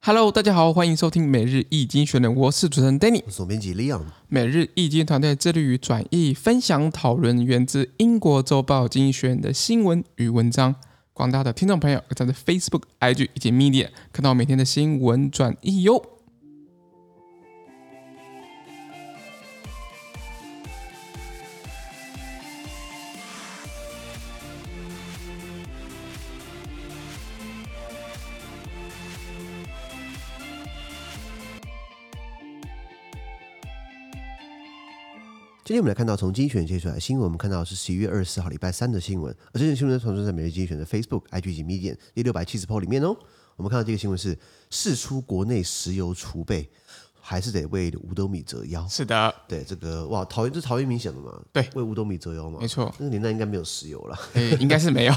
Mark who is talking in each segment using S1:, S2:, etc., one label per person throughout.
S1: Hello，大家好，欢迎收听每日易经选人，我是主持人 Danny。
S2: 总编辑 Leon，
S1: 每日易经团队致力于转译、分享、讨论源自英国周报《经济学人》的新闻与文章。广大的听众朋友可在 Facebook、IG 以及 Media 看到每天的新闻转译哟。
S2: 今天我们来看到从精选接出来的新闻，我们看到的是十一月二十四号礼拜三的新闻，而这些新闻呢传送在每日精选的 Facebook、IG 及 Medium 第六百七十 p 里面哦。我们看到这个新闻是释出国内石油储备，还是得为五斗米折腰。
S1: 是的，
S2: 对这个哇，桃园这桃园明显的嘛，
S1: 对，
S2: 为五斗米折腰嘛
S1: 没。错，
S2: 那个年代应该没有石油 了，
S1: 诶，应该是没有。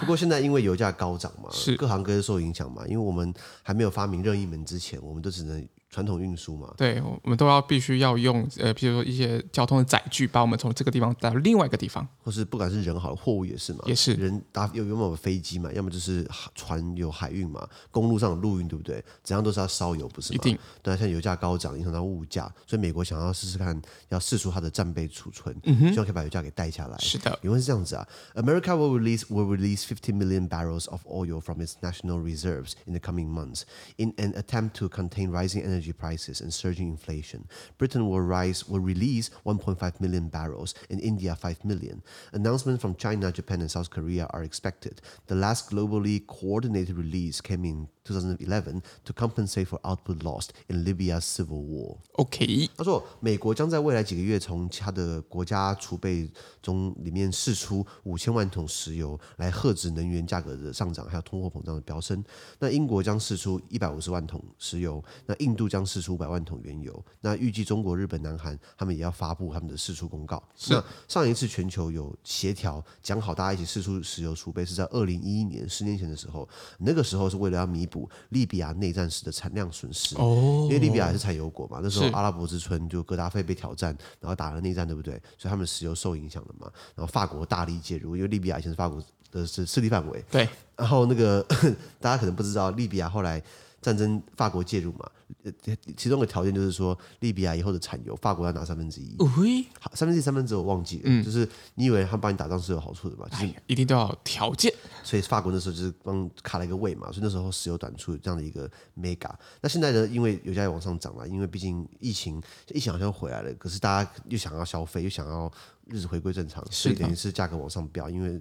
S2: 不过现在因为油价高涨嘛，
S1: 是
S2: 各行各业受影响嘛。因为我们还没有发明任意门之前，我们都只能传统运输嘛。
S1: 对，我们都要必须要用呃，比如说一些交通的载具，把我们从这个地方带到另外一个地方。
S2: 或是不管是人好了，货物也是嘛，
S1: 也是
S2: 人搭有有没有飞机嘛，要么就是船有海运嘛，公路上有陆运对不对？怎样都是要烧油，不是吗？
S1: 一定。
S2: 对啊，像油价高涨，影响到物价，所以美国想要试试看，要试出它的战备储存，
S1: 嗯
S2: 希望可以把油价给带下来。
S1: 是的，
S2: 原文是这样子啊，America will release will release 50 million barrels of oil from its national reserves in the coming months in an attempt to contain rising energy prices and surging inflation. Britain will rise will release 1.5 million barrels and India 5 million. Announcements from China, Japan, and South Korea are expected. The last globally coordinated release came in 2011 to compensate for output lost in Libya's civil war.
S1: OK，
S2: 他说，美国将在未来几个月从他的国家储备中里面释出五千万桶石油，来遏制能源价格的上涨，还有通货膨胀的飙升。那英国将释出一百五十万桶石油，那印度将释出五百万桶原油。那预计中国、日本、南韩他们也要发布他们的释出公告。那上一次全球有协调讲好大家一起释出石油储备是在二零一一年，十年前的时候，那个时候是为了要弥补利比亚内战时的产量损失。
S1: 哦
S2: 因为利比亚也是产油国嘛，那时候
S1: 是
S2: 阿拉伯之春就戈达费被挑战，然后打了内战，对不对？所以他们石油受影响了嘛。然后法国大力介入，因为利比亚以前是法国的是势力范围。
S1: 对，
S2: 然后那个 大家可能不知道，利比亚后来战争法国介入嘛，呃其中一个条件就是说，利比亚以后的产油法国要拿三分之一，
S1: 喂、
S2: 好三分之一三分之二我忘记了，
S1: 嗯
S2: 就是你以为他们帮你打仗是有好处的嘛？就是
S1: 哎一定都要有条件。
S2: 所以法国那时候就是帮卡了一个位嘛，所以那时候石油短促有这样的一个 mega。那现在呢，因为油价也往上涨了，因为毕竟疫情，疫情好像回来了，可是大家又想要消费，又想要日子回归正常，所以
S1: 是的
S2: 等于是价格往上飙，因为。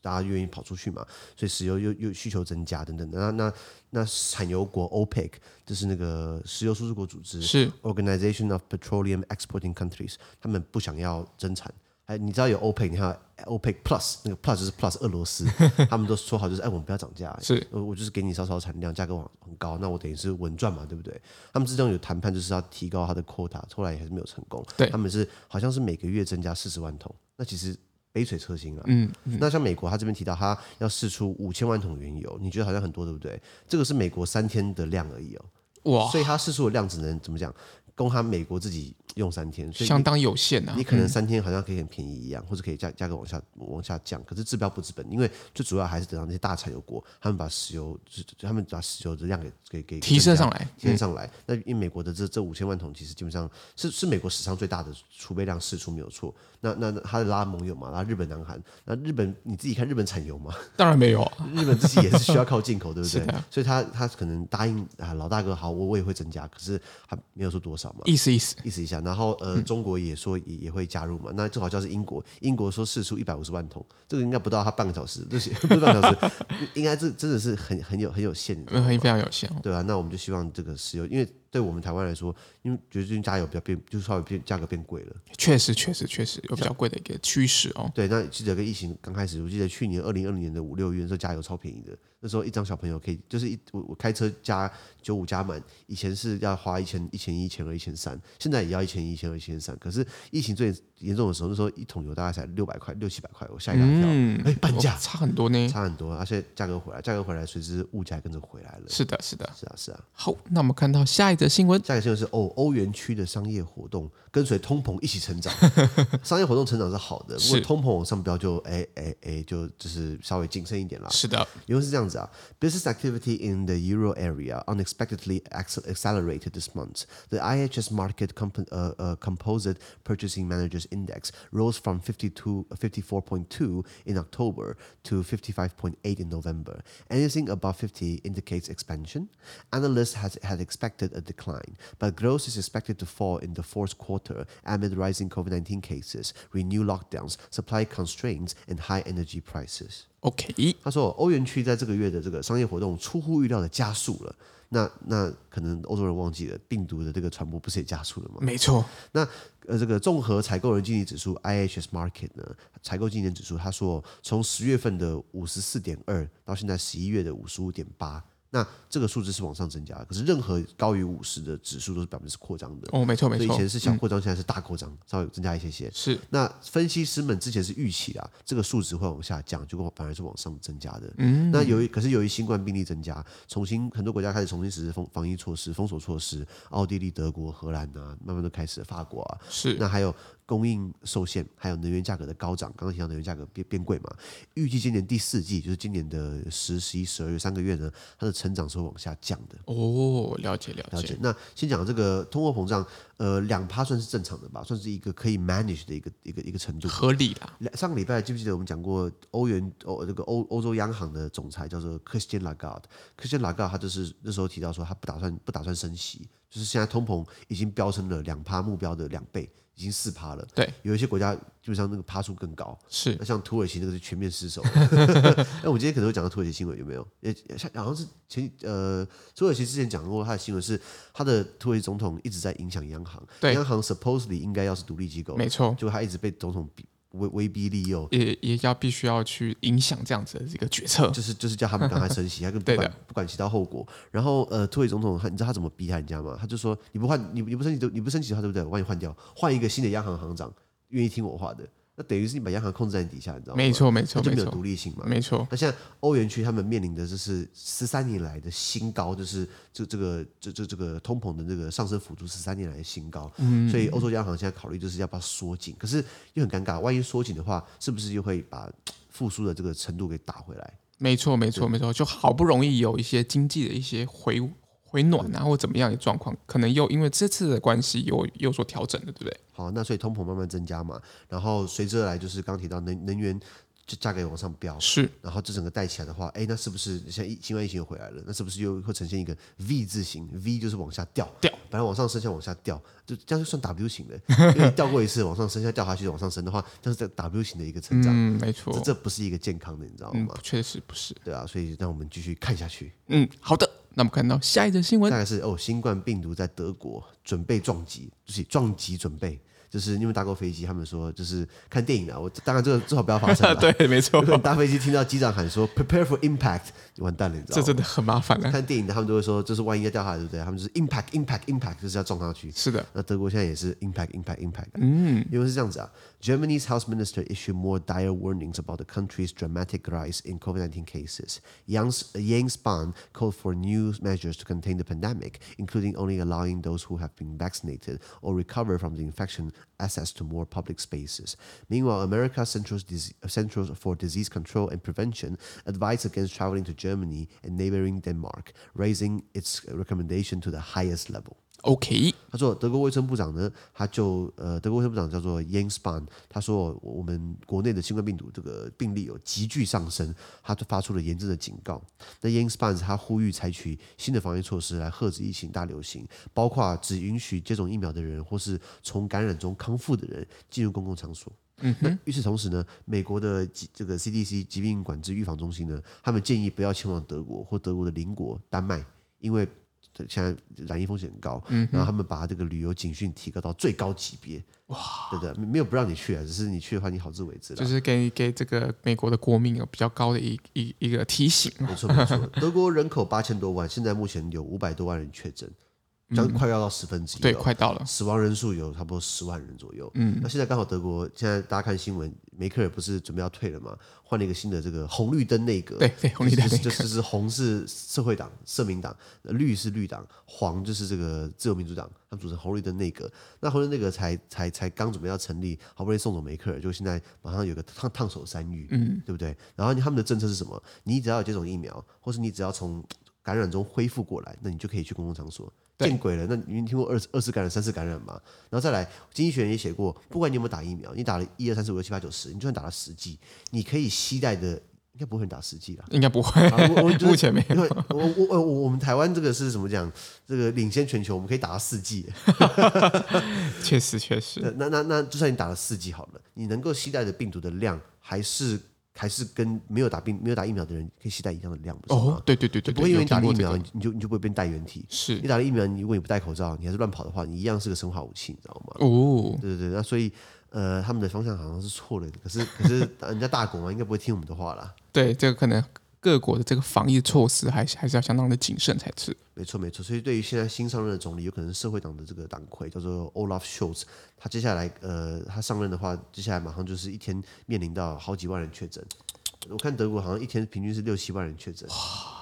S2: 大家愿意跑出去嘛，所以石油又又需求增加等等的。那那那产油国 OPEC 就是那个石油输出国组织，
S1: 是
S2: Organization of Petroleum Exporting Countries，他们不想要增产。哎，你知道有 OPEC，你看 OPEC Plus，那个 Plus 就是 Plus 俄罗 斯，他们都说好就是，哎，我们不要涨价，
S1: 是
S2: 我我就是给你少少产量，价格往很高，那我等于是稳赚嘛，对不对？他们之中有谈判，就是要提高它的 quota，后来也还是没有成功。
S1: 对
S2: 他们是好像是每个月增加四十万桶，那其实杯水车薪了。
S1: 嗯，
S2: 那像美国，他这边提到他要试出五千万桶原油，你觉得好像很多，对不对？这个是美国三天的量而已哦。
S1: 哇，
S2: 所以它释出的量只能怎么讲，供他美国自己用三天，所以
S1: 相当有限啊
S2: 你。可能三天好像可以很便宜一样，或者可以价价格往下往下降，可是治标不治本，因为最主要还是等到那些大产油国，他们把石油，就就他们把石油的量给给给
S1: 提升
S2: 增加
S1: 上来
S2: 提升上来。那因为美国的这这五千万桶，其实基本上是是美国史上最大的储备量释出，没有错。那那那它拉盟友嘛，拉日本、南韩，那日本你自己看日本产油嘛，
S1: 当然没有啊，
S2: 日本自己也是需要靠进口，对 不对
S1: 是的？
S2: 所以他他可能答应啊，老大哥好，我我也会增加，可是还没有说多少嘛。
S1: 意思意思。
S2: 意思一下，然后
S1: 嗯
S2: 呃，中国也说也也会加入嘛，那正好像是英国，英国说试出一百五十万桶，这个应该不到他半个小时，这些 不是半个小时，应该这真的是很很有很有限，
S1: 嗯，很非常有限哦。
S2: 对啊，那我们就希望这个石油，因为对我们台湾来说，因为觉得最近加油比较变，就是稍微变价格变贵了，
S1: 确实，确实，确实有比较贵的一个趋势哦。
S2: 对，那记得跟疫情刚开始，我记得去年二零二零年的五六月，那时候加油超便宜的，那时候一张小朋友可以就是一我我开车加九五加满，以前是要花一千一千一千二一千三，现在也要一千一千二一千三，可是疫情最严重的时候，那时候一桶油大概才六百块六七百块，我吓一大跳，
S1: 嗯，
S2: 哎、半价
S1: 哦差很多呢。
S2: 差很多，而且价格回来，价格回来，随之物价也跟着回来了，
S1: 是的，是的。
S2: 是啊是啊，
S1: 好，那我们看到下一则新闻，
S2: 下一个新闻是哦，欧元区的商业活动跟随通膨一起成长，商业活动成长是好的，如果
S1: 是
S2: 通膨往上飙就哎哎哎，就就是稍微谨慎一点啦。
S1: 是的，
S2: 因为是这样子啊，business activity in the euro area unexpectedly acce- accelerated this month. The IHS Market comp- uh, uh, Composite Purchasing Managers Index rose from 52, 54.2 in October to 55.8 in November. Anything above 50 indicates expansion. Analysts has, had expected a decline, but growth is expected to fall in the fourth quarter amid rising COVID 19 cases, renewed lockdowns, supply constraints, and high energy prices.
S1: OK，
S2: 他说，欧元区在这个月的这个商业活动出乎预料的加速了。那那可能欧洲人忘记了，病毒的这个传播不是也加速了吗？
S1: 没错，
S2: 那呃，这个综合采购人经理指数 IHS Market 呢，采购经理指数，他说从十月份的五十四点二到现在十一月的五十五点八，那这个数字是往上增加的。可是任何高于五十的指数都是表明是扩张的，
S1: 哦，没错，没
S2: 所以以
S1: 错，
S2: 前是小扩张，现在是大扩张，稍微增加一些些。
S1: 是
S2: 那分析师们之前是预期啦，这个数值会往下降，结果反而是往上增加的。嗯，那由于可是由于新冠病例增加，重新很多国家开始重新实施封防疫措施、封锁措施，奥地利、德国、荷兰啊，慢慢都开始了法国啊，
S1: 是
S2: 那还有供应受限，还有能源价格的高涨。刚刚提到能源价格变变贵嘛，预计今年第四季，就是今年的十、十一、十二月三个月呢，它的成长是会往下降的。
S1: 哦，了解了
S2: 了
S1: 解
S2: 解。那先讲这个通货膨胀，呃，两趴算是正常的吧，算是一个可以 manage 的一个一个一个程度。
S1: 合理啦，
S2: 两上个礼拜记不记得我们讲过欧元欧这个欧欧洲央行的总裁叫做 Christian Lagarde，Christian Lagarde 他就是那时候提到说他不打算不打算升息，就是现在通膨已经飙升了两趴目标的两倍，已经四趴了。
S1: 对，
S2: 有一些国家基本上那个趴数更高，
S1: 是
S2: 那像土耳其那个是全面失守。 那我们今天可能会讲到土耳其新闻有没有？也像好像是前呃，土耳其之前讲过他的新闻是他的土耳其总统一直在影响央行，
S1: 对
S2: 央行 supposedly 应该要是独立机构，
S1: 没错，
S2: 结果他一直被总统逼威威逼利诱。
S1: 也也要必须要去影响这样子的这个决策，
S2: 就是就是叫他们赶快升息，他根
S1: 对
S2: 本不
S1: 的
S2: 管不管其他后果。然后呃，土耳其总统他你知道他怎么逼他人家吗？他就说你不换你你不升息都你不升息的话对不对？我把你换掉，换一个新的央行行长愿意听我话的，那等于是你把央行控制在你底下，你知道吗？
S1: 没错，没错，
S2: 他就
S1: 没
S2: 没有
S1: 错，
S2: 独立性嘛。
S1: 没错，
S2: 那现在欧元区他们面临的就是十三年来的新高，就是这这个这这这个通膨的这个上升幅度十三年来的新高，所以欧洲央行现在考虑就是要不要缩紧，可是又很尴尬，万一缩紧的话，是不是又会把复苏的这个程度给打回来？
S1: 没错，没错，没错，就好不容易有一些经济的一些回回暖啊，或怎么样的状况，可能又因为这次的关系有有所调整的，对不对？
S2: 好，那所以通膨慢慢增加嘛，然后随之而来就是刚提到能能源就价格也往上飙，
S1: 是
S2: 然后这整个带起来的话，哎，那是不是像疫新冠疫情又回来了？那是不是又会呈现一个 V 字形？V 就是往下掉，
S1: 掉，
S2: 本来往上升，现在往下掉，就这样就算 W 型 的，因为掉过一次往上升，再掉下去再往上升的话，这是在 W 型的一个成长，
S1: 嗯，没错
S2: 这，这不是一个健康的，你知道
S1: 嗯
S2: 吗？，
S1: 确实不是，
S2: 对啊，所以让我们继续看下去。
S1: 嗯，好的，那我们看到下一则新闻
S2: 大概是哦，新冠病毒在德国准备撞击，就是撞击准备，就是因为搭过飞机，他们说就是看电影啊，我当然这个最好不要发生
S1: 啊，
S2: 了。
S1: 对，没错
S2: 如，果你搭飞机听到机长喊说 “prepare for impact”，你完蛋了，你知道
S1: 这
S2: 吗？
S1: 真的很麻烦啊，
S2: 看电影的他们都会说，就是万一要掉下来，对不对？他们就是 impact impact impact，就是要撞上去。
S1: 是的，
S2: 那德国现在也是 impact impact impact，嗯，因为是这样子啊，Germany's health minister issued more dire warnings about the country's dramatic rise in COVID-19 cases. Yang Yang Spahn called for new measures to contain the pandemic, including only allowing those who have been vaccinated or recover from the infection access to more public spaces. Meanwhile, America's Central Dis- Central for Disease Control and Prevention advised against traveling to Germany and neighboring Denmark, raising its recommendation to the highest level.
S1: OK，
S2: 他说，德国卫生部长呢，他就呃，德国卫生部长叫做 Jens Spahn，他说我我们国内的新冠病毒这个病例有急剧上升，他就发出了严正的警告。那 Jens Spahn 他呼吁采取新的防疫措施来遏制疫情大流行，包括只允许接种疫苗的人或是从感染中康复的人进入公共场所。
S1: 嗯
S2: 那与此同时呢，美国的疾这个 CDC 疾病管制预防中心呢，他们建议不要前往德国或德国的邻国丹麦，因为现在染疫风险很高，
S1: 嗯
S2: 然后他们把这个旅游警讯提高到最高级别，哇，对不对？没没有不让你去啊，只是你去的话，你好自为之啦
S1: 就。是给给这个美国的国民有比较高的一一一个提醒嘛，
S2: 没错没错，德国人口八千多万，现在目前有五百多万人确诊，将快要到十分之一
S1: 嗯对，
S2: 了。
S1: 快到了，
S2: 死亡人数有差不多十万人左右。
S1: 嗯，
S2: 那现在刚好德国现在大家看新闻，梅克尔不是准备要退了吗？换了一个新的这个红绿灯内阁。
S1: 对对，红绿灯那
S2: 就是就
S1: 个，
S2: 是就是红是社会党、社民党，绿是绿党，黄就是这个自由民主党，他们组成红绿灯内阁。那红绿灯内阁才才才刚准备要成立，好不容易送走梅克尔，就现在马上有个烫烫手山芋，嗯，对不对？然后他们的政策是什么？你只要有接种疫苗，或是你只要从感染中恢复过来，那你就可以去公共场所。
S1: 对
S2: 见鬼了！那你听过二次、二次感染、三次感染吗？然后再来，经济学人也写过，不管你有没有打疫苗，你打了一二三四五六七八九十，你就算打了十剂，你可以携带的应该不会有人打 十剂啦。
S1: 应该不会，
S2: 啊我我就是
S1: 目前没有。
S2: 因为我我我我我们台湾这个是怎么讲？这个领先全球，我们可以打到四 G。
S1: 确实确实，
S2: 那那那那，就算你打了四 G 好了，你能够携带的病毒的量，还是还是跟没有打病没有打疫苗的人可以携带一样的量，不是
S1: 哦
S2: 吗？，
S1: 对对对
S2: 就
S1: 对，
S2: 不会因为你打了疫苗，
S1: 了
S2: 你你就你就不会变带原体。
S1: 是
S2: 你打了疫苗，你如果你不戴口罩，你还是乱跑的话，你一样是个生化武器，你知道吗？
S1: 哦，
S2: 对对对，那所以呃，他们的方向好像是错了，可是可是人家大国嘛，应该不会听我们的话啦。
S1: 对，这个可能各国的这个防疫措施还是还是要相当的谨慎才是。
S2: 没错，没错。所以对于现在新上任的总理，有可能是社会党的这个党魁叫做 Olaf Scholz，他接下来呃，他上任的话，接下来马上就是一天面临到好几万人确诊。我看德国好像一天平均是六七万人确诊，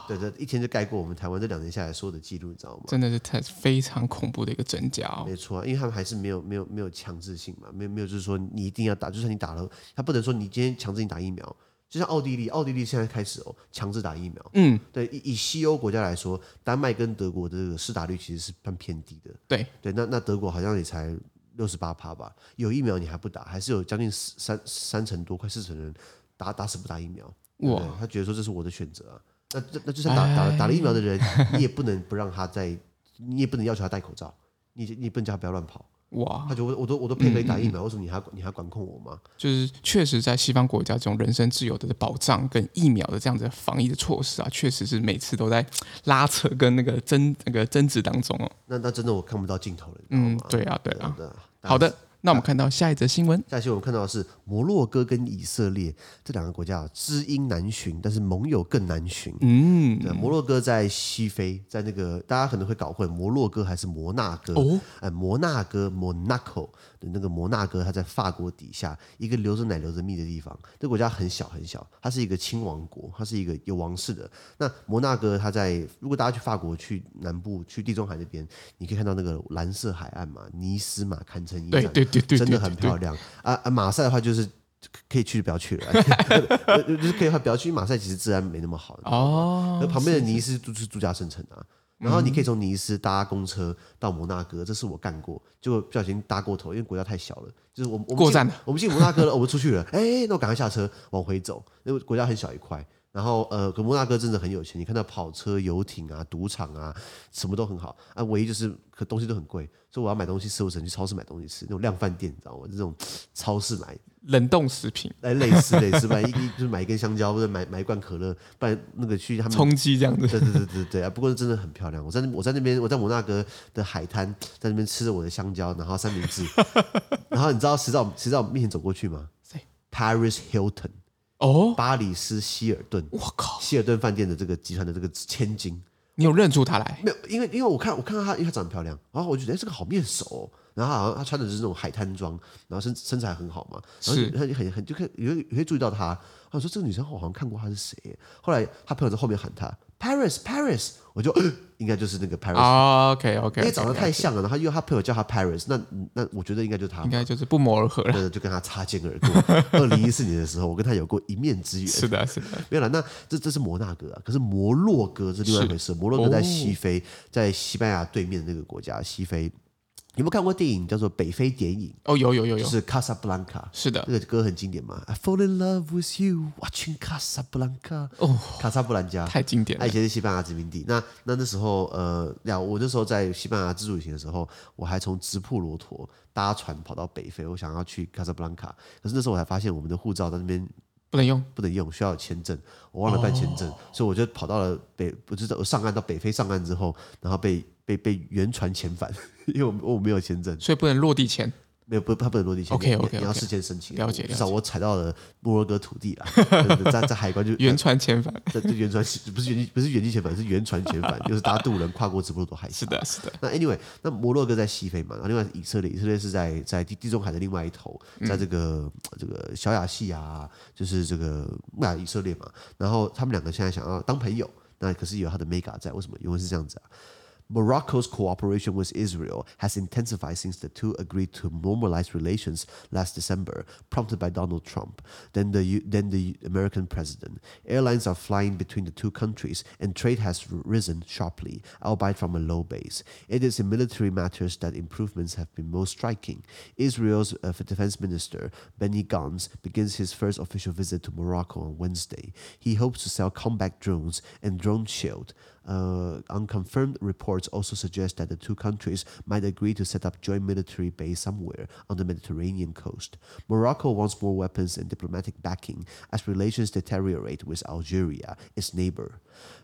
S2: 对对，一天就盖过我们台湾这两年下来所有的记录，你知道吗？
S1: 真的是太非常恐怖的一个增加哦。
S2: 没错啊，因为他们还是没有没有没有强制性嘛，没有没有就是说你一定要打，就算你打了，他不能说你今天强制你打疫苗，就像奥地利，奥地利现在开始哦强制打疫苗，
S1: 嗯，
S2: 对，以以西欧国家来说，丹麦跟德国的这个施打率其实是算偏低的，
S1: 对
S2: 对，那那德国好像也才六十八趴吧，有疫苗你还不打，还是有将近四三三成多快四成人打打死不打疫苗，对不对
S1: 哇，哎
S2: 他觉得说这是我的选择啊，那那那就算打打了打了疫苗的人，你也不能不让他在，你也不能要求他戴口罩，你你也不能叫他不要乱跑。
S1: 哇，
S2: 他觉得我我都我都配合你打疫苗，为什么你还你还管控我吗？
S1: 就是确实在西方国家这种人身自由的保障跟疫苗的这样子的防疫的措施啊，确实是每次都在嘖拉扯跟那个争那个争执当中哦。
S2: 那那真的我看不到尽头了，你知道
S1: 嗯
S2: 吗？，
S1: 对啊，对啊。
S2: 的。
S1: 好的，那我们看到下一则新闻，
S2: 下期我们看到的是摩洛哥跟以色列这两个国家啊，知音难寻，但是盟友更难寻。
S1: 嗯，
S2: 对，摩洛哥在西非，在那个大家可能会搞混摩洛哥还是摩纳哥
S1: 哦，
S2: 哎，摩纳哥 （Monaco） 的那个摩纳哥，它在法国底下一个流着奶流着蜜的地方。这个国家很小很小，它是一个亲王国，它是一个有王室的。那摩纳哥，它在如果大家去法国、去南部、去地中海那边，你可以看到那个蓝色海岸嘛，尼斯嘛，堪称一
S1: 对
S2: 战
S1: 对对对，
S2: 真的
S1: 对
S2: 很
S1: 对
S2: 漂亮啊啊！马赛的话就是可以去就不要去 了， 呃就是可以的话不要去。因为马赛其实治安没那么好，
S1: 哦
S2: 那，旁边的尼斯就是度假胜城啊。然后你可以从尼斯搭公车到摩纳哥，这是我干过，结果不小心搭过头，因为国家太小了，就是我们我们
S1: 过
S2: 进
S1: 站了
S2: 我们进摩纳哥了，我们出去了，哎，那我赶快下车往回走，因为国家很小一块。然后呃，可摩纳哥真的很有钱，你看到跑车、游艇啊、赌场啊，什么都很好啊，唯一就是可东西都很贵，所以我要买东西吃，我只能去超市买东西吃，那种量贩店，你知道吗？这种超市买
S1: 冷冻食品
S2: 来类似类似，买一一就是买一根香蕉或者买买一罐可乐，不然那个去他们
S1: 冲击这样子，
S2: 对对对对对啊！不过真的很漂亮。我在那我在那边我在摩纳哥的海滩，在那边吃着我的香蕉，然后三明治，然后你知道谁在我谁在我面前走过去吗
S1: 谁
S2: ？Paris Hilton，
S1: 哦，
S2: 巴黎斯希尔顿，
S1: 我靠，
S2: 希尔顿饭店的这个集团的这个千金。
S1: 你有认出他来？
S2: 没有，因为因为我看我看到她，因为她长得漂亮，然后我就觉得哎，这个好面熟、哦。然后她好像她穿的是那种海滩装，然后身身材很好嘛，然后
S1: 是
S2: 就很很很就可以你会你会注意到她。然后我说这个女生我好像看过她是谁耶。后来她朋友在后面喊她 Paris Paris，我就 应该就是那个 Paris，、
S1: 啊，OK OK，
S2: 因为长得太像了。然后因为她朋友叫她 Paris，那那我觉得应该就是她
S1: 应。该就是不谋而合了。
S2: 对，就跟她擦肩而过。二零一四年的时候，我跟她有过一面之 缘。
S1: 是的，是的，
S2: 没有啦，那这这是摩纳哥啊，可是摩洛哥是另外一回事。摩洛哥在西
S1: 哦
S2: 非，在西班牙对面那个国家，西非。有没有看过电影叫做《北非谍影
S1: 哦，有有有》？
S2: 就
S1: 有，
S2: 是《卡萨布兰卡》，
S1: 是的，
S2: 这个歌很经典嘛。I fall in love with you, watching Casablanca。
S1: 哦，
S2: 卡萨布兰加，
S1: 太经典
S2: 它
S1: 了
S2: 以，前是西班牙殖民地。那那那时候，呃，了我那时候在西班牙自助旅行的时候，我还从直布罗陀搭船跑到北非，我想要去卡萨布兰卡。可是那时候我才发现，我们的护照在那边
S1: 不能用。
S2: 不能用，需要有签证，我忘了办签证，
S1: 哦
S2: 所以我就跑到了北，不知道我上岸到北非上岸之 后，然后被被被原船遣返，因为我我没有签证，
S1: 所以不能落地前
S2: 没有不，它不能落地签
S1: OK，OK，
S2: 你你要
S1: OK
S2: 事先申请。
S1: 了解
S2: 我
S1: 了解
S2: 至少我踩到了摩洛哥土地 啊，对对对在在海关就
S1: 原船遣返。
S2: 在在原船不是原地不是原地遣返，是原船 遣返，就是搭渡轮跨过直布罗陀海峡。
S1: 是的，是的，
S2: 那 anyway，那摩洛哥在西非嘛，然后另外以色列，以色列是在在地地中海的另外一头，在这个、这个小亚细亚，就是这个木雅以色列嘛。然后他们两个现在想要当朋友，那可是有他的 mega 在，为什么？因为是这样子啊。Morocco's cooperation with Israel has intensified since the two agreed to normalize relations last December, prompted by Donald Trump, then the U- then the American president. Airlines are flying between the two countries, and trade has risen sharply, albeit from a low base. It is in military matters that improvements have been most striking. Israel's uh, defense minister Benny Gantz begins his first official visit to Morocco on Wednesday. He hopes to sell combat drones and drone shield. Uh, unconfirmed reports also suggest that the two countries might agree to set up joint military base somewhere on the Mediterranean coast. Morocco wants more weapons and diplomatic backing as relations deteriorate with Algeria, its neighbor,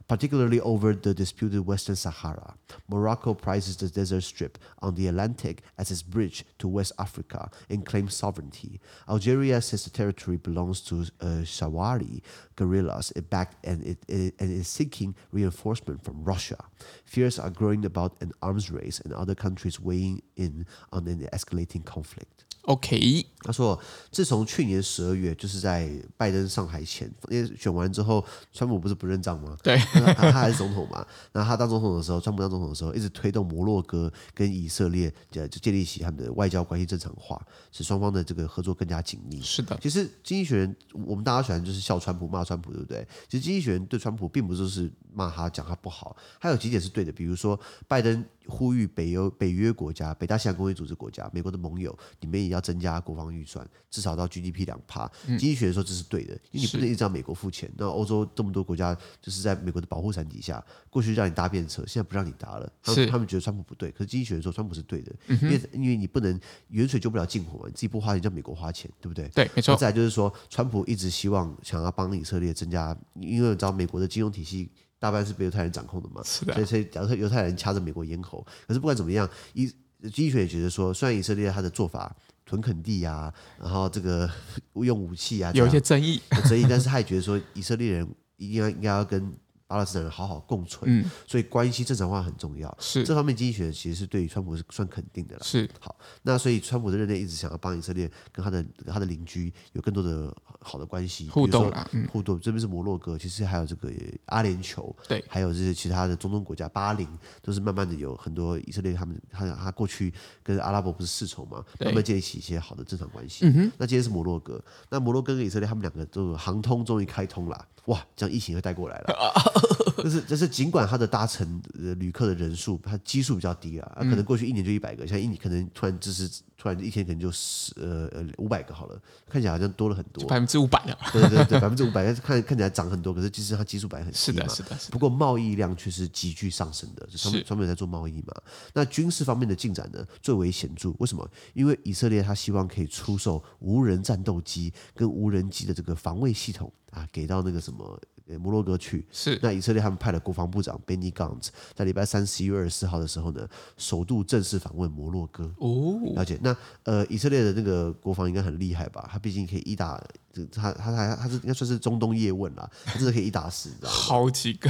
S2: particularly over the disputed Western Sahara. Morocco prizes the desert strip on the Atlantic as its bridge to West Africa and claims sovereignty. Algeria says the territory belongs to uh, Shawari guerrillas it backed and it, it, and is seeking reinforcement from Russia. Fears are growing about an arms race and other countries weighing in on an escalating conflict.
S1: OK，
S2: 他说，自从去年十二月，就是在拜登上台前，因为选完之后，川普不是不认账吗？
S1: 对，
S2: 他他还是总统嘛。然后他当总统的时候，川普当总统的时候，一直推动摩洛哥跟以色列呃就建立起他们的外交关系正常化，使双方的这个合作更加紧密。
S1: 是的，
S2: 其实经济学人，我们大家喜欢就是笑川普、骂川普，对不对？其实经济学人对川普并不就是骂他、讲他不好，还有几点是对的，比如说拜登呼吁北欧、北约国家、北大西洋公约组织国家、美国的盟友，你们也要增加国防预算，至少到 GDP 两趴。经济学人说这是对的，因为你不能一直让美国付钱。那欧洲这么多国家就是在美国的保护伞底下，过去让你搭便车，现在不让你搭了，他们
S1: 是
S2: 他们觉得川普不对，可是经济学人说川普是对的，因为因为你不能远水救不了近火嘛，你自己不花钱叫美国花钱，对不对？
S1: 对，没错
S2: 那，再来就是说，川普一直希望想要帮以色列增加，因为你知道美国的金融体系大半是被犹太人掌控的嘛，
S1: 是的
S2: 所以所以假如说犹太人掐着美国咽喉，可是不管怎么样，以经济学也觉得说，虽然以色列他的做法屯垦地啊，然后这个 用武器啊，这
S1: 有
S2: 样
S1: 一些争议，
S2: 有争议，但是他也觉得说以色列人一定要应该要跟巴勒斯坦人好好共存，
S1: 嗯，
S2: 所以关系正常化很重要。
S1: 是
S2: 这方面经济学其实是对于川普是算肯定的啦。
S1: 是
S2: 好，那所以川普的任内一直想要帮以色列跟他的他的邻居有更多的好的关系
S1: 互动
S2: 比如
S1: 啦，嗯
S2: 说互动这边是摩洛哥，其实还有这个阿联酋，
S1: 对
S2: 还有这些其他的中东国家，巴林都是慢慢的有很多以色列他们他他过去跟阿拉伯不是世仇嘛，
S1: 对
S2: 慢慢建立起一些好的正常关系。嗯哼，那今天是摩洛哥，那摩洛哥跟以色列他们两个都有航通终于开通了，哇，这样疫情又带过来了。 就是就是，尽管它的搭乘呃旅客的人数，它基数比较低啊，啊可能过去一年就一百个，像一年可能突然就是突然一天可能就十呃呃五百个好了，看起来好像多了很多
S1: 百，分之五百了，
S2: 对对对，百分之五百， 但是看看起来涨很多，可是其实它基数本来很低
S1: 是
S2: 嘛，
S1: 的，是的，是的
S2: 不过贸易量却是急剧上升的，就他们
S1: 是
S2: 专门在做贸易嘛。那军事方面的进展呢，最为显著。为什么？因为以色列他希望可以出售无人战斗机跟无人机的这个防卫系统啊，给到那个什么呃摩洛哥去。
S1: 是
S2: 那以色列他们派了国防部长 Benny Gantz 在礼拜三十一月二十四号的时候呢，首度正式访问摩洛哥。
S1: 哦，
S2: 了解。那呃，以色列的那个国防应该很厉害吧？他毕竟可以一打，这他他他他是应该算是中东叶问啦，他真的可啊以一打十，你知道吗？
S1: 好几个，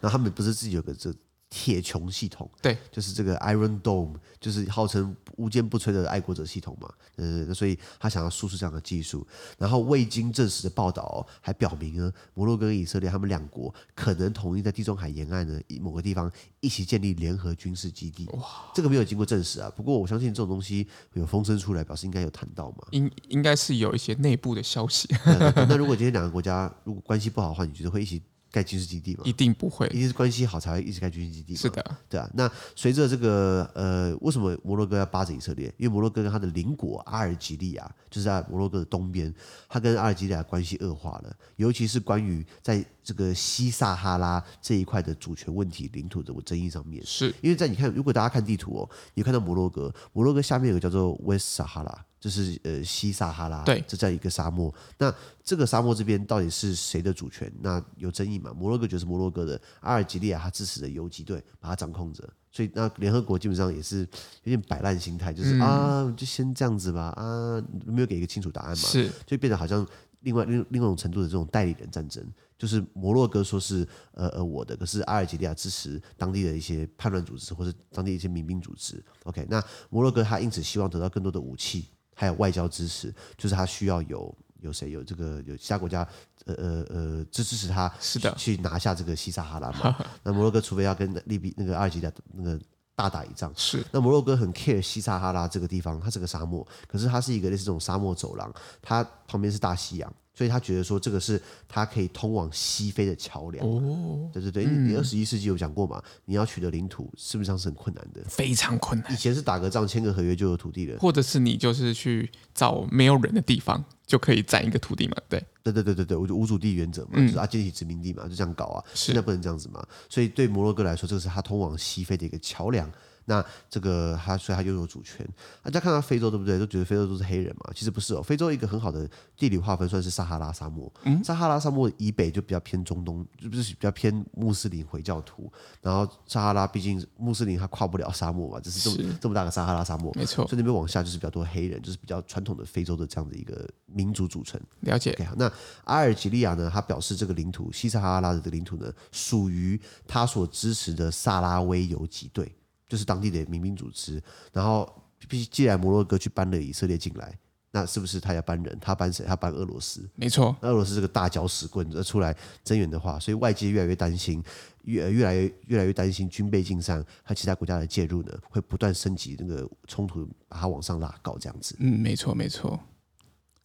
S2: 然后他们不是自己有个这铁穹系统，
S1: 对，
S2: 就是这个 Iron Dome，就是号称无坚不摧的爱国者系统嘛，呃，那所以他想要输出这样的技术。然后未经证实的报道哦、还表明呢，摩洛哥跟以色列他们两国可能同意在地中海沿岸呢一某个地方一起建立联合军事基地。哇，这个没有经过证实啊，不过我相信这种东西有风声出来，表示应该有谈到嘛。
S1: 应应该是有一些内部的消息，
S2: 那那那如果今天两个国家如果关系不好的话，你觉得会一起盖军事基地吗？
S1: 嗯一定不会
S2: 一，定是关系好才会一起盖军事基地嘛。
S1: 是的，
S2: 对啊，那随着这个呃，为什么摩洛哥要巴着以色列？因为摩洛哥跟他的邻国阿尔及利亚，就是在摩洛哥的东边，他跟阿尔及利亚关系恶化了，尤其是关于在这个西撒哈拉这一块的主权问题、领土的争议上面。
S1: 是
S2: 因为在你看，如果大家看地图哦，你看到摩洛哥，摩洛哥下面有个叫做 West Sahara，这是呃西撒哈拉，
S1: 对
S2: 这在一个沙漠。那这个沙漠这边到底是谁的主权？那有争议嘛？摩洛哥就是摩洛哥的，阿尔及利亚他支持的游击队把它掌控着，所以那联合国基本上也是有点摆烂心态，就是、
S1: 嗯
S2: 啊，就先这样子吧，啊，没有给一个清楚答案嘛，
S1: 是
S2: 就变得好像另外另另外一种程度的这种代理人战争，就是摩洛哥说是呃呃我的，可是阿尔及利亚支持当地的一些叛乱组织或者当地一些民兵组织。OK，那摩洛哥他因此希望得到更多的武器，还有外交支持，就是他需要有有谁有这个有其他国家呃呃呃支支持他
S1: 是的，
S2: 去拿下这个西撒哈拉 嘛。那摩洛哥除非要跟利比那个阿尔及利亚那个大打一仗。
S1: 是
S2: 那摩洛哥很 care 西撒哈拉这个地方，它是个沙漠，可是它是一个类似这种沙漠走廊，它旁边是大西洋，所以他觉得说这个是它可以通往西非的桥梁。
S1: 哦，
S2: 对对对，你你二十一世纪有讲过嘛？你要取得领土，事实上是很困难的。
S1: 非常困难。
S2: 以前是打个仗签个合约就有土地了，
S1: 或者是你就是去找没有人的地方就可以占一个土地嘛？对，
S2: 对对对对对，我就无主地原则嘛，就是啊，建起殖民地嘛，就这样搞啊，
S1: 嗯是
S2: 现在不能这样子嘛。所以对摩洛哥来说，这个是他通往西非的一个桥梁。那这个他，所以他拥有主权。大家看到非洲，对不对？都觉得非洲都是黑人嘛，其实不是哦。非洲一个很好的地理划分算是撒哈拉沙漠，
S1: 嗯
S2: 撒哈拉沙漠以北就比较偏中东，就不是比较偏穆斯林回教徒。然后撒哈拉毕竟穆斯林他跨不了沙漠嘛，只是这么这么大个撒哈拉沙漠，
S1: 没错
S2: 所，以那边往下就是比较多黑人，就是比较传统的非洲的这样的一个民族组成。
S1: 了解
S2: OK，好，那阿尔及利亚呢？他表示这个领土，西撒哈拉的领土呢，属于他所支持的萨拉威游击队，就是当地的民兵组织。然后，毕既然摩洛哥去搬了以色列进来，那是不是他要搬人？他搬谁？他搬俄罗斯。
S1: 没错，
S2: 那俄罗斯这个大搅屎棍呃出来增援的话，所以外界越来越担心，越越来越越来越担心军备竞赛和其他国家的介入呢，会不断升级那个冲突，把它往上拉高这样子。
S1: 嗯，没错，没错。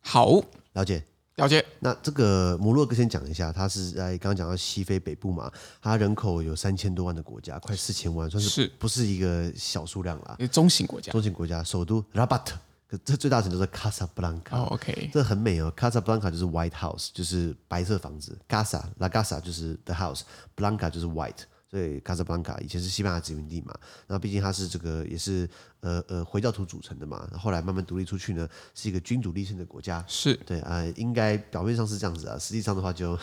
S1: 好，
S2: 了解。
S1: 了解，
S2: 那这个摩洛哥先讲一下，它是在刚刚讲到西非北部嘛，它人口有三千多万的国家，快四千万，算是
S1: 是
S2: 不是一个小数量啦？
S1: 中型国家。
S2: 中型国家，首都 Rabat，可这最大城就是卡萨布兰卡。
S1: 哦，OK，
S2: 这很美哦，卡萨布兰卡就是 White House，就是白色房子；Gaza La Gaza 就是 The House，Blanca 就是 White。所以卡萨布兰卡以前是西班牙殖民地嘛，那毕竟它是这个也是呃呃回教徒组成的嘛，后来慢慢独立出去呢，是一个君主立宪的国家，
S1: 是
S2: 对啊、呃应该表面上是这样子啊，实际上的 话就，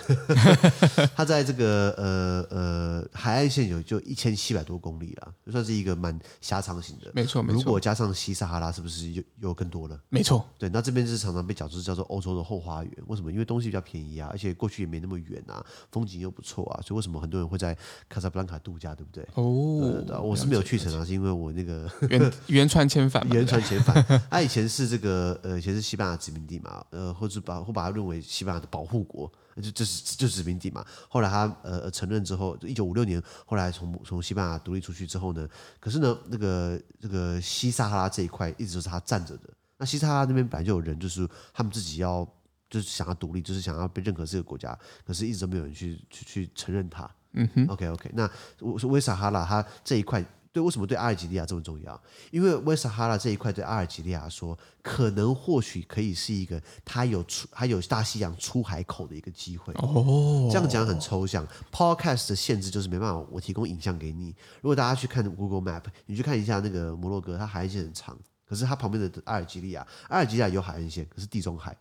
S2: 它在这个呃呃海岸线有就一千七百多公里啦，就算是一个蛮狭长型的。
S1: 没错，没
S2: 如
S1: 错，
S2: 果加上西撒哈拉，是不是又又更多了？
S1: 没错，
S2: 对，那这边是常常被讲就是叫做欧洲的后花园，为什么？因为东西比较便宜啊，而且过去也没那么远啊，风景又不错啊，所以为什么很多人会在卡萨布兰卡度假，对不对？
S1: 哦
S2: 对啊，我是没有去成啊，是因为我那个
S1: 原原船遣返嘛，
S2: 言传遣 返。他以前是这个呃，以前是西班牙殖民地嘛，呃，或者把或把它认为西班牙的保护国，呃就就是就殖民地嘛。后来他呃呃承认之后，一九五六年，后来从从西班牙独立出去之后呢，可是呢，那个这个西撒哈拉这一块一直都是他站着的。那西撒哈拉那边本来就有人，就是他们自己要。就是想要独立，就是想要被认可是个国家，可是一直都没有人去去去承认它。嗯哼，OK OK，那我说威撒哈拉它这一块对为什么对阿尔及利亚这么重要？因为威撒哈拉这一块对阿尔及利亚说，可能或许可以是一个它有出它有大西洋出海口的一个机会。
S1: 哦，
S2: 这样讲很抽象。Podcast 的限制就是没办法，我提供影像给你。如果大家去看 Google Map，你去看一下那个摩洛哥，它海岸线很长，可是它旁边的阿尔及利亚，阿尔及利亚有海岸线，可是地中海。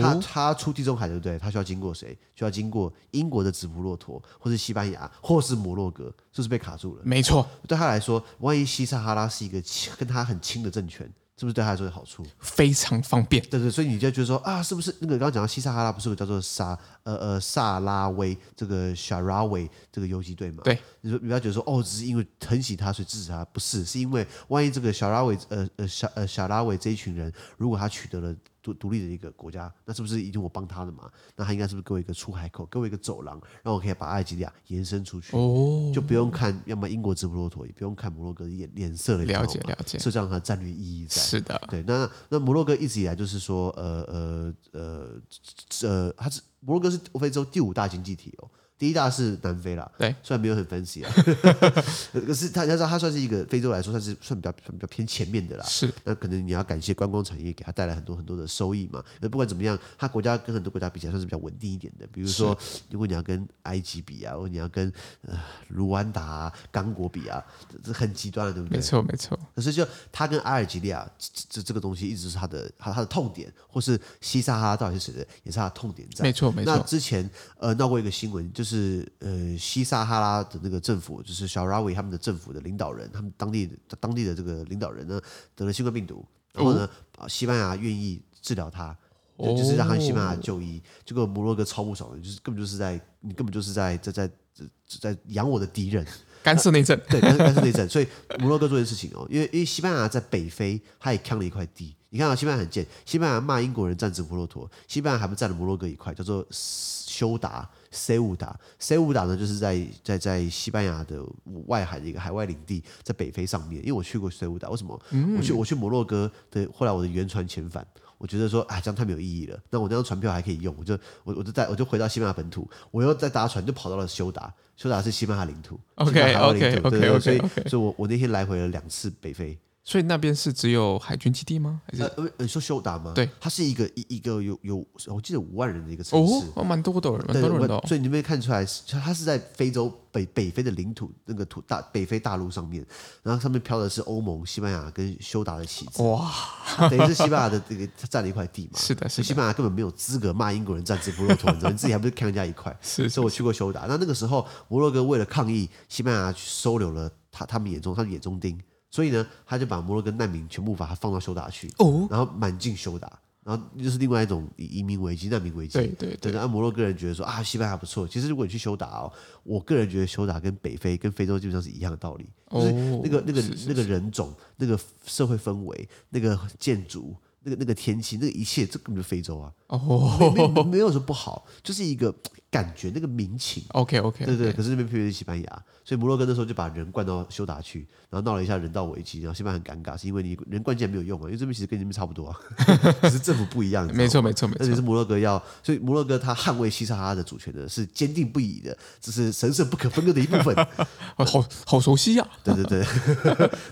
S2: 它它出地中海对不对？它需要经过谁？需要经过英国的直布罗陀，或是西班牙，或是摩洛哥，是不是被卡住了？
S1: 没错，
S2: 对他来说，万一西撒哈拉是一个亲跟他很亲的政权，是不是对他来说有好处？
S1: 非常方便。
S2: 对对，所以你就觉得说啊，是不是那个刚刚讲到西撒哈拉不是有个叫做萨呃呃萨拉威这个 Sharawi 这个游击队嘛？
S1: 对，
S2: 你说你不要觉得说哦，只是因为疼惜他所以支持他，不是，是因为万一这个小拉维呃呃小呃小拉维这一群人，如果他取得了独独立的一个国家，那是不是一定我帮他的嘛？那他应该是不是给我一个出海口，给我一个走廊，让我可以把阿尔及利亚延伸出去？
S1: 哦，
S2: 就不用看，要么英国直布罗陀，也不用看摩洛哥的脸脸色了，你知道
S1: 了解
S2: 吗
S1: 了解
S2: 是这样它的战略意义在。
S1: 是的，
S2: 对，那那摩洛哥一直以来就是说，呃呃呃呃，它是摩洛哥是非洲第五大经济体哦，第一大是南非啦，
S1: 对，
S2: 虽然没有 很 fancy 啊，可是它它它算是一个非洲来说算是算比较算比较偏前面的啦，
S1: 是
S2: 那可能你要感谢观光产业给它带来很多很多的收益嘛。那不管怎么样，它国家跟很多国家比起来算是比较稳定一点的。比如说，如果你要跟埃及比啊，或者你要跟呃卢安达、啊、刚果比啊，这这很极端了，对不对
S1: 没？错，没错，
S2: 可是就他跟阿尔及利亚这这这个东西一直是他的他他的痛点，或是西撒哈拉到底是谁的，也是他的痛点在
S1: 没。错没
S2: 那
S1: 错，
S2: 之前呃闹过一个新闻，就是呃西撒哈拉的那个政府，就是小拉维他们的政府的领导人，他们当地的当地的这个领导人呢得了新冠病毒，
S1: 哦
S2: 然后呢、啊西班牙愿意治疗他。就
S1: 哦
S2: 就是让他去西班牙就医，结果摩洛哥超不爽的，就是根本就是在你根本就是在在在在在养我的敌人，
S1: 干涉内政，
S2: 对，但是但是内战，所以摩洛哥做这件事情哦，因为因为西班牙在北非，他也扛了一块地。你看啊，西班牙很贱，西班牙骂英国人占领婆罗陀，西班牙还不占了摩洛哥一块，叫做休达塞乌达。塞乌达呢，就是在在在西班牙的外海的一个海外领地，在北非上面。因为我去过塞乌达，为什么？我去我去摩洛哥的，后来我的原船遣返。我觉得说，哎，这样太没有意义了。那我那张船票还可以用，我就我我就在我就回到西班牙本土，我又再搭船就跑到了休达，休达是西班牙领土
S1: OK，
S2: 西班牙海湾领土
S1: OK，
S2: 对对对
S1: OK，
S2: 所以
S1: OK，OK
S2: 所以我我那天来回了两次北非。
S1: 所以那边是只有海军基地吗？还是
S2: 呃呃，你说休达吗？
S1: 对，
S2: 它是一个一一个有有，我记得五万人的一个城
S1: 哦
S2: 市。，
S1: 哦，蛮多的，蛮
S2: 对，
S1: 多人
S2: 我
S1: 的哦。
S2: 所以你们看出来，它是在非洲北北非的领土那个土大北非大陆上面，然后上面飘的是欧盟、西班牙跟休达的旗帜，
S1: 哇，
S2: 等于是西班牙的这个它占了一块地嘛。
S1: 是的，是
S2: 西
S1: 的，
S2: 班牙根本没有资格骂英国人占制不骆驼，你知道，你自己还不是看人家一块？
S1: 是
S2: 所以我去过休达。那那个时候，摩洛哥为了抗议西班牙去收留了他他们眼中他们眼中钉，所以呢，他就把摩洛哥难民全部把他放到休达去，
S1: 哦，
S2: 然后满进休达，然后就是另外一种移移民危机、难民危机。
S1: 对对对
S2: 对，那摩洛哥人觉得说啊，西班牙不错。其实如果你去休达哦，我个人觉得休达跟北非、跟非洲基本上是一样的道理，就是
S1: 哦
S2: 那个、那个
S1: 是是
S2: 那个人种、那个社会氛围、那个建筑、那个那个天气、那个一切，这根本就非洲啊，没
S1: 哦
S2: 没没没有什么不好，就是一个感觉，那个民情。
S1: ，OK OK，
S2: 对对，可是那边偏偏是西班牙，所以摩洛哥那时候就把人灌到休达去，然后闹了一下人道危机，然后西班牙很尴尬，是因为你人灌进来没有用啊，因为这边其实跟你们差 不多啊，只是政府不一样，你知道吗
S1: 没错没错没
S2: 而且
S1: 错，
S2: 是摩洛哥要，所以摩洛哥他捍卫西撒哈拉的主权呢，是坚定不移的，这是神圣不可分割的一部分。
S1: 哦好好熟悉啊呀。
S2: 对对对，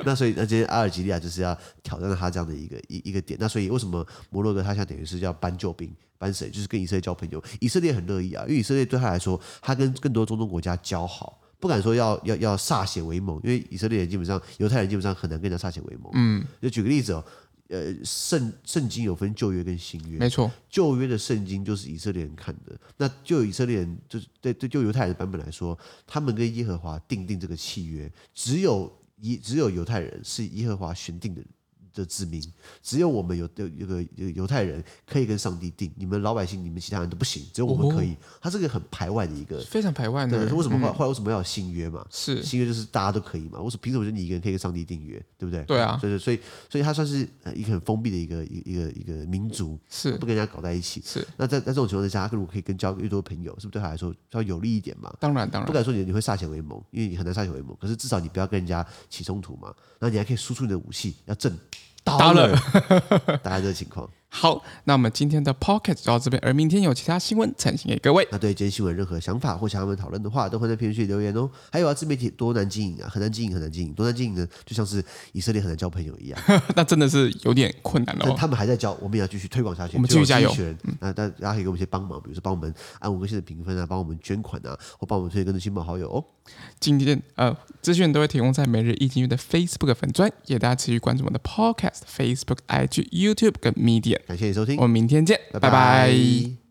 S2: 那所以那今天阿尔及利亚就是要挑战他这样的一个一一个点。那所以为什么摩洛哥他现在等于是要搬救兵，搬谁？就是跟以色列交朋友。以色列很乐意啊，因为以色列对他来说，他跟更多中东国家交好。不敢说要要要歃血为盟，因为以色列人基本上犹太人基本上很难跟人家歃血为盟。嗯，就举个例子哦，呃，圣圣经有分旧约跟新约，
S1: 没错，
S2: 旧约的圣经就是以色列人看的，那就以色列人就是对对，就犹太人的版本来说，他们跟耶和华订定这个契约，只有以只有犹太人是耶和华选定的的子民，只有我们有有有个有犹太人可以跟上帝定，你们老百姓你们其他人都不行，只有我们可以。他这个很排外的一个，
S1: 非常排外呢
S2: 对，。为什么
S1: 哦嗯
S2: 后来后来为什么要有新约嘛？
S1: 是
S2: 新约就是大家都可以嘛，我说凭什么就你一个人可以跟上帝订约，对不对？
S1: 对啊
S2: 所以所以所以他算是呃一个很封闭的一个一个一个一个民族，
S1: 是
S2: 不跟人家搞在一起。
S1: 是，
S2: 那在在这种情况之下，他如果可以跟交越多朋友，是不是对他来说稍微有利一点嘛？
S1: 当然当
S2: 不
S1: 然，
S2: 敢说你你会歃血为盟，因为你很难歃血为盟。可是至少你不要跟人家起冲突嘛。然后你还可以输出你的武器，要正
S1: 当然。
S2: 大概这个情况。
S1: 好，那我们今天的 Pocket 就到这边，而明天有其他新闻呈现给各位。
S2: 那对今天新闻有任何想法或想要我们讨论的话，都欢迎在评论区留言哦。还有啊，自媒体多难经营啊，很难经营，很难经营，多难经营呢，就像是以色列很难交朋友一样。
S1: 那真的是有点困难了
S2: 但
S1: 哦。
S2: 他们还在教，我们也要继续推广下去。
S1: 我们继续加油嗯
S2: 推广这一群人那大大家可以给我们一些帮忙，比如说帮我们按五颗星的评分啊，帮我们捐款啊，或帮我们推荐更多亲朋好友哦。
S1: 今天呃，资讯都会提供在每日易经阅的 Facebook 粉专，也大家持续关注我们的 Podcast、Facebook、IG、YouTube 跟 Media。
S2: 感谢你收听
S1: 我，们明天见，拜
S2: 拜
S1: 拜
S2: 拜